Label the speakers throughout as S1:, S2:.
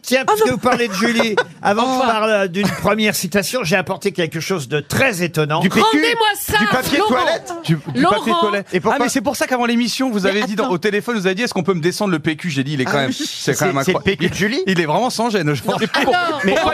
S1: Ah
S2: Tiens, puisque vous parlez de Julie, avant qu'on parle euh, d'une première citation, j'ai apporté quelque chose de très étonnant.
S1: Du PQ
S3: Rendez-moi ça,
S1: Du papier
S3: Laurent.
S1: toilette
S4: Du, du
S3: Laurent.
S4: papier toilette.
S1: Et pourquoi-
S4: Ah, mais c'est pour ça qu'avant l'émission, vous avez
S3: Mais
S4: dit dans-
S3: attends.
S4: au téléphone, vous avez dit est-ce qu'on peut me descendre le PQ J'ai dit, il est quand même. C'est quand
S1: Ah C'est
S4: même
S1: c'est le
S4: incroyable.
S1: PQ de Julie
S4: Il est vraiment sans gêne aujourd'hui.
S3: Alors,
S1: Mais
S3: Laurent,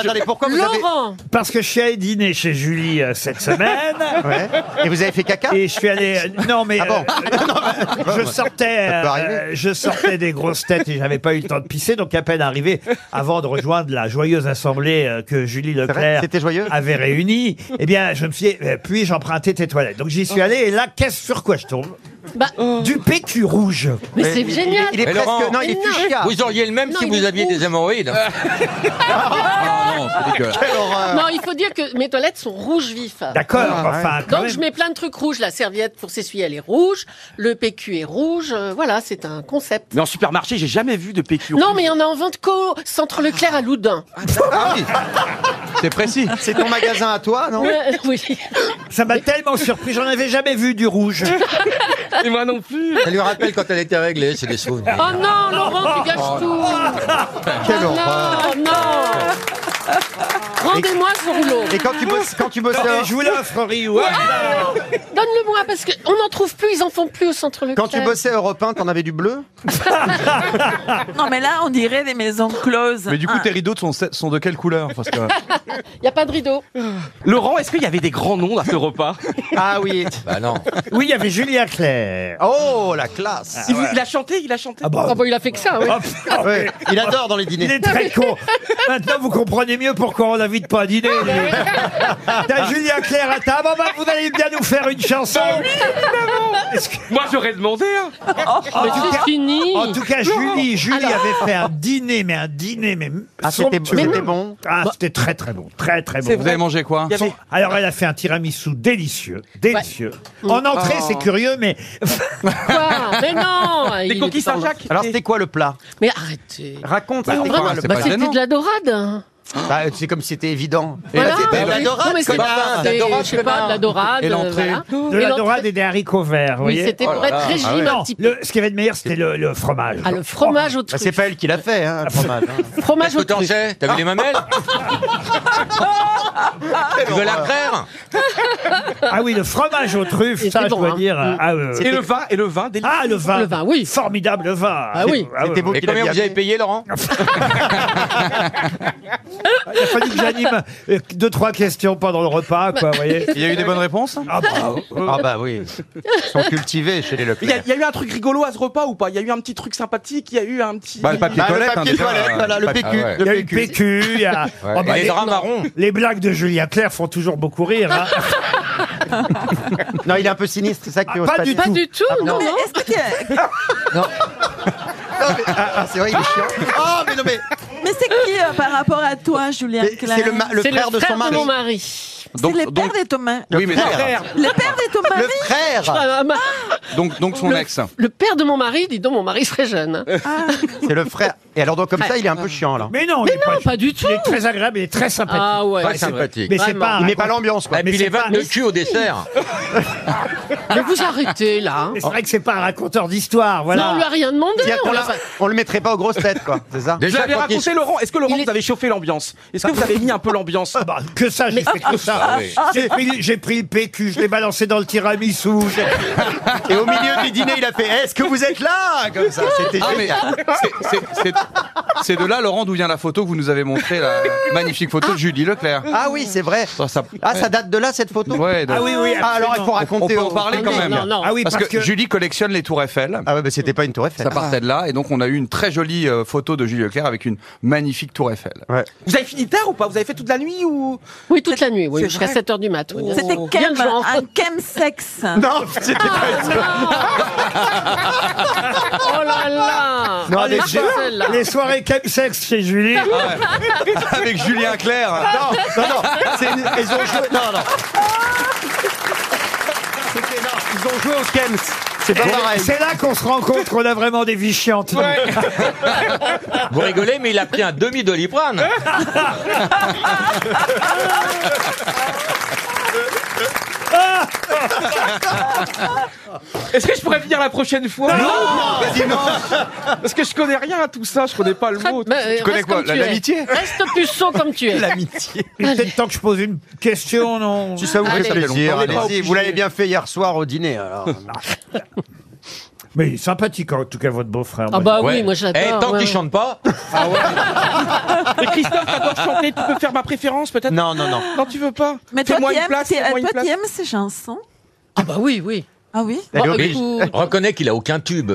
S1: attendez, pourquoi vous avez...
S3: Laurent,
S2: Parce que je suis allé dîner chez Julie euh, cette semaine.
S1: Ouais. Et vous avez fait caca
S2: Et je suis allé. euh, Non, mais.
S1: Ah bon Ah
S2: euh, je sortais.
S1: Ça
S2: euh,
S1: peut arriver.
S2: euh, je sortais des grosses têtes et j'avais pas eu le temps de pisser. Donc, à peine arrivé avant de rejoindre la joyeuse assemblée euh, que Julie
S1: C'est vrai
S2: Leclerc
S1: C'était joyeux
S2: avait réunie, eh bien, je me suis dit, euh, puis-je emprunter tes toilettes Donc, j'y
S1: Oh.
S2: suis allé et là, qu'est-ce sur quoi je tombe
S3: Bah,
S2: Du PQ rouge.
S3: mais c'est
S1: Il-
S3: génial.
S1: Il, il est
S5: Mais
S1: presque...
S5: Laurent-
S1: Non, il est
S3: Mais non.
S1: fuchsia
S5: Vous auriez le même
S3: Non,
S5: si
S3: il
S5: vous
S3: est
S5: aviez
S3: ouf.
S5: des hémorroïdes. Ah non, c'est dégueulasse.
S1: Quelle horreur
S3: Non, il faut dire que mes toilettes sont rouges vifs.
S2: D'accord,
S1: Ah, ouais.
S2: enfin, quand
S3: Donc
S2: même.
S3: je mets plein de trucs rouges. La serviette pour s'essuyer, elle est rouge. Le PQ est rouge. euh, voilà, c'est un concept.
S6: Mais en supermarché, j'ai jamais vu de PQ.
S3: Non, mais il y en a en vente qu'au Centre Leclerc à Loudun.
S4: Ah oui C'est précis.
S1: C'est ton magasin à toi, non
S3: Euh, oui.
S2: Ça m'a tellement surpris, j'en avais jamais vu du rouge.
S6: Et moi non plus.
S5: Ça lui rappelle quand elle était réglée, c'est des souvenirs.
S3: Oh non, Laurent, tu gâches tout.
S1: Oh Quelle
S3: Oh
S1: horreur
S3: non, non. Rendez-moi ce rouleau.
S1: Et quand tu bosses, quand tu bosses
S2: Et je vous l'offre, Rio.
S3: Donne-le-moi parce qu'on n'en trouve plus, ils en font plus au Centre Leclerc.
S1: Quand tu bossais Europe 1, t'en avais du bleu
S7: Non, mais là, on dirait des maisons closes.
S4: Mais du coup,
S6: Ah.
S7: Hein.
S4: tes rideaux sont, sont de quelle couleur Parce que-
S3: Il n'y a pas de rideau.
S6: Laurent, est-ce qu'il y avait des grands noms à ce repas
S1: Ah oui
S5: Bah non.
S2: Oui, il y avait Julien Clerc.
S1: Oh, la classe
S6: il, il a chanté, il a chanté.
S2: Ah bah,
S3: Ah bah, il a fait que ça, oui.
S2: hop, hop.
S1: Ouais, Il adore dans les
S2: Ah. Il
S1: dîners.
S2: est très con. Maintenant, vous comprenez mieux pourquoi on l'invite pas à dîner. lui. T'as Julien Clerc à table. Ah bah, vous allez bien nous faire une chanson. Est-ce que-
S6: Moi, j'aurais demandé. hein.
S2: en,
S1: ah,
S3: Mais
S2: tout
S3: c'est
S2: cas,
S3: fini.
S2: en tout cas, Julie, Julie avait fait un dîner, mais un dîner, mais
S1: Ah, c'était
S2: somptueux.
S1: c'était bon Bah.
S2: Ah, c'était très très bon, très très bon.
S4: Vous avez mangé quoi
S6: Il y avait-
S2: Alors, elle a fait un tiramisu délicieux, délicieux. En entrée,
S1: Oh.
S2: c'est curieux, mais
S3: Quoi Mais non il
S6: Des
S3: est
S6: coquilles
S3: pas-
S6: Saint-Jacques.
S1: Alors, c'était quoi le plat
S3: Mais arrêtez
S1: Raconte,
S4: Bah,
S1: c'était
S3: Vraiment,
S1: quoi le Eh
S4: c'est
S3: bah,
S4: pas
S3: C'était
S4: gênant.
S3: de la dorade
S1: Bah, C'est comme si c'était évident. Bah,
S3: Voilà
S5: c'était de la
S3: Oui.
S5: dorade,
S3: Non, mais c'était
S5: connard,
S3: pas-
S5: de la dorade,
S3: Je sais pas,
S5: connard.
S3: de la dorade euh,
S4: Et l'entrée
S3: voilà.
S2: de
S3: Et
S2: la
S3: l'entrée-
S2: dorade et des haricots verts, vous
S3: Oui,
S2: voyez.
S3: c'était pour être régime un
S2: Non,
S3: petit peu.
S2: le- ce qui avait de meilleur, c'était le, le fromage.
S3: Ah, le fromage au
S1: Bah,
S3: truc.
S1: c'est pas elle qui l'a fait, hein, le fromage. hein.
S3: Fromage
S5: Est-ce que
S3: au
S5: t'en
S3: truc.
S5: sais T'as vu les mamelles Tu veux la crère
S2: Ah oui, le fromage aux truffes,
S3: Et
S2: ça,
S3: c'est
S2: je
S3: bon,
S2: dois
S3: hein.
S2: dire.
S3: Mm.
S2: Ah, euh,
S6: Et le vin, et le vin, des
S2: ah, le vin.
S3: Le vin, oui.
S2: Formidable le vin.
S3: Ah oui.
S1: C'était beau
S5: Et
S1: qu'il a
S5: combien
S1: bien
S5: vous avez
S1: fait.
S5: payé, Laurent
S2: Il a fallu que j'anime euh, deux, trois questions pendant le repas, quoi, vous voyez.
S4: Il y a eu des bonnes réponses
S2: Ah, bah,
S1: Ah bah oui, ils sont cultivés chez les
S6: oh. Il y, a,
S1: Leclerc.
S6: il y a eu un truc rigolo à ce repas ou pas Il y a eu un petit truc sympathique, il y a eu un petit.
S4: Bah, le papier
S1: Ah, le
S4: toilette, hein,
S1: papier
S4: déjà.
S1: toilette, voilà, le
S4: Ah,
S1: PQ.
S5: ouais.
S2: il y a eu le PQ, il y a...
S5: Ouais.
S2: Oh, bah,
S5: Et les
S2: les,
S5: draps marrons.
S2: les blagues de Julien Clerc font toujours beaucoup rire. hein.
S1: Non, il est un peu sinistre, c'est ça que tu
S2: Ah,
S1: oses
S2: pas
S1: pas
S2: du
S1: dire.
S3: Pas
S2: tout.
S3: du tout, non,
S7: Mais
S3: non.
S7: est-ce que-
S1: Ah, mais- ah, ah, c'est vrai, il est chiant. Ah, mais non, mais
S7: mais c'est qui euh, par rapport à toi, Julien
S1: mais
S7: Clerc
S1: c'est le, ma- le
S3: C'est le
S1: frère de son mari.
S3: mon mari.
S7: C'est
S4: Donc-
S7: le père
S4: donc-
S7: de ton mari.
S4: Oui, mais
S1: Le
S4: c'est-
S1: frère.
S7: Le père de ton
S1: Le
S7: mari
S1: frère
S3: Ah, ma-
S4: donc, donc son ex.
S3: Le père de mon mari, dis donc, mon mari serait jeune.
S1: C'est le frère. Et alors, donc, comme ça, il est un peu chiant, là.
S2: Mais non, il, est pas...
S3: Pas du tout
S2: il est très agréable, il est très sympathique.
S3: Ah ouais.
S5: Pas sympathique.
S2: Mais c'est
S3: Vraiment.
S2: pas... un
S1: Il met pas l'ambiance, quoi.
S5: Et puis
S2: c'est
S5: les
S2: pas-
S5: vannes de cul au dessert.
S3: Mais vous arrêtez là.
S2: Mais c'est vrai que c'est pas un raconteur d'histoire,
S3: Non, on lui a
S2: voilà.
S3: rien demandé.
S1: C'est-à-dire qu'on
S3: on l'a
S1: l'a-
S3: pas-
S1: on le mettrait pas aux grosses têtes, quoi. C'est ça
S6: Je
S5: Déjà,
S6: l'avais
S5: quand il-
S6: raconté, Laurent. Est-ce que Laurent,
S3: Il est-
S6: vous avez chauffé l'ambiance Est-ce que vous avez mis un peu l'ambiance
S2: Ah bah, que ça, j'ai fait que ça.
S3: ah,
S5: oui.
S2: J'ai pris, j'ai pris le PQ, je l'ai balancé dans le tiramisu. j'ai-
S1: Et au milieu du dîner, il a fait Est-ce que vous êtes là Comme ça, c'était
S4: Ah, mais
S1: génial.
S4: c'est- c'est- c'est- c'est de là, Laurent, d'où vient la photo que vous nous avez montrée, la magnifique photo de Julie Leclerc.
S1: Ah oui, c'est vrai.
S4: Ça, ça-
S1: Ah, ça date de là, cette photo
S4: Ouais, de-
S2: Ah oui, oui,
S1: Ah, alors, il faut
S2: absolument.
S4: on
S1: raconter.
S4: peut en
S1: au-
S4: parler quand
S3: non,
S4: même.
S3: non, non.
S2: Ah oui,
S4: Parce, que, Julie collectionne les tours Eiffel.
S1: Ah ouais, mais c'était pas une tour Eiffel.
S4: Ça partait de là, et donc on a eu une très jolie euh, photo de Julie Leclerc avec une magnifique tour Eiffel.
S1: Ouais.
S6: Vous avez fini tard ou pas Vous avez fait toute la nuit ou
S3: Oui, toute la nuit, oui.
S6: C'est
S3: Jusqu'à
S6: vrai.
S3: 7h du mat. oui, bien sûr.
S7: C'était
S3: Oh. Bien
S7: Kem,
S3: que je rentre.
S7: un Kem sexe.
S1: Non, c'était pas une tour
S3: Oh là là
S1: Non,
S3: Oh,
S1: mais
S3: les
S1: j'ai-
S3: chancelles, là.
S2: Les soirées sexe chez Julie.
S4: avec Julien Clerc.
S1: Non, non, non. c'est une- Ils ont joué. Non, non. C'était- non, Ils ont joué au Kems. C'est pas pareil.
S2: C'est là qu'on se rend compte qu'on a vraiment des vies chiantes.
S5: Vous rigolez, mais il a pris un demi doliprane.
S3: Ah
S6: Est-ce que je pourrais venir la prochaine fois
S1: Vas-y, non.
S6: Parce que je connais rien à tout ça, je connais pas le mot.
S3: Bah, euh,
S4: Tu connais
S3: reste
S4: quoi,
S3: comme
S4: la-
S3: tu es.
S4: l'amitié
S3: Reste plus son comme tu es.
S1: L'amitié.
S2: Peut-être temps que je pose une question, non
S1: Si ça vous fait
S3: Allez.
S1: plaisir,
S6: On n'est pas
S1: allez-y.
S6: obligé.
S1: Vous l'avez bien fait hier soir au dîner, alors.
S2: Mais il est sympathique, en tout cas, votre beau-frère.
S3: Ah bah
S5: Ouais.
S3: oui, moi
S5: Eh,
S3: j'adore.
S5: tant
S3: ouais.
S5: qu'il chante pas,
S6: Mais Christophe, t'adores chanter, tu peux faire ma préférence peut-être
S1: Non, non, non.
S6: Non, tu veux pas
S7: Mais toi,
S6: Fais-moi
S7: tu
S6: une
S7: aimes,
S6: place,
S7: tes- euh,
S6: fais-moi une
S7: toi, tu
S6: place.
S7: aimes ces chansons
S3: Ah bah oui, oui.
S7: Ah oui
S1: Elle
S3: Bon,
S1: oblige.
S3: écoute,
S5: reconnais qu'il a aucun tube.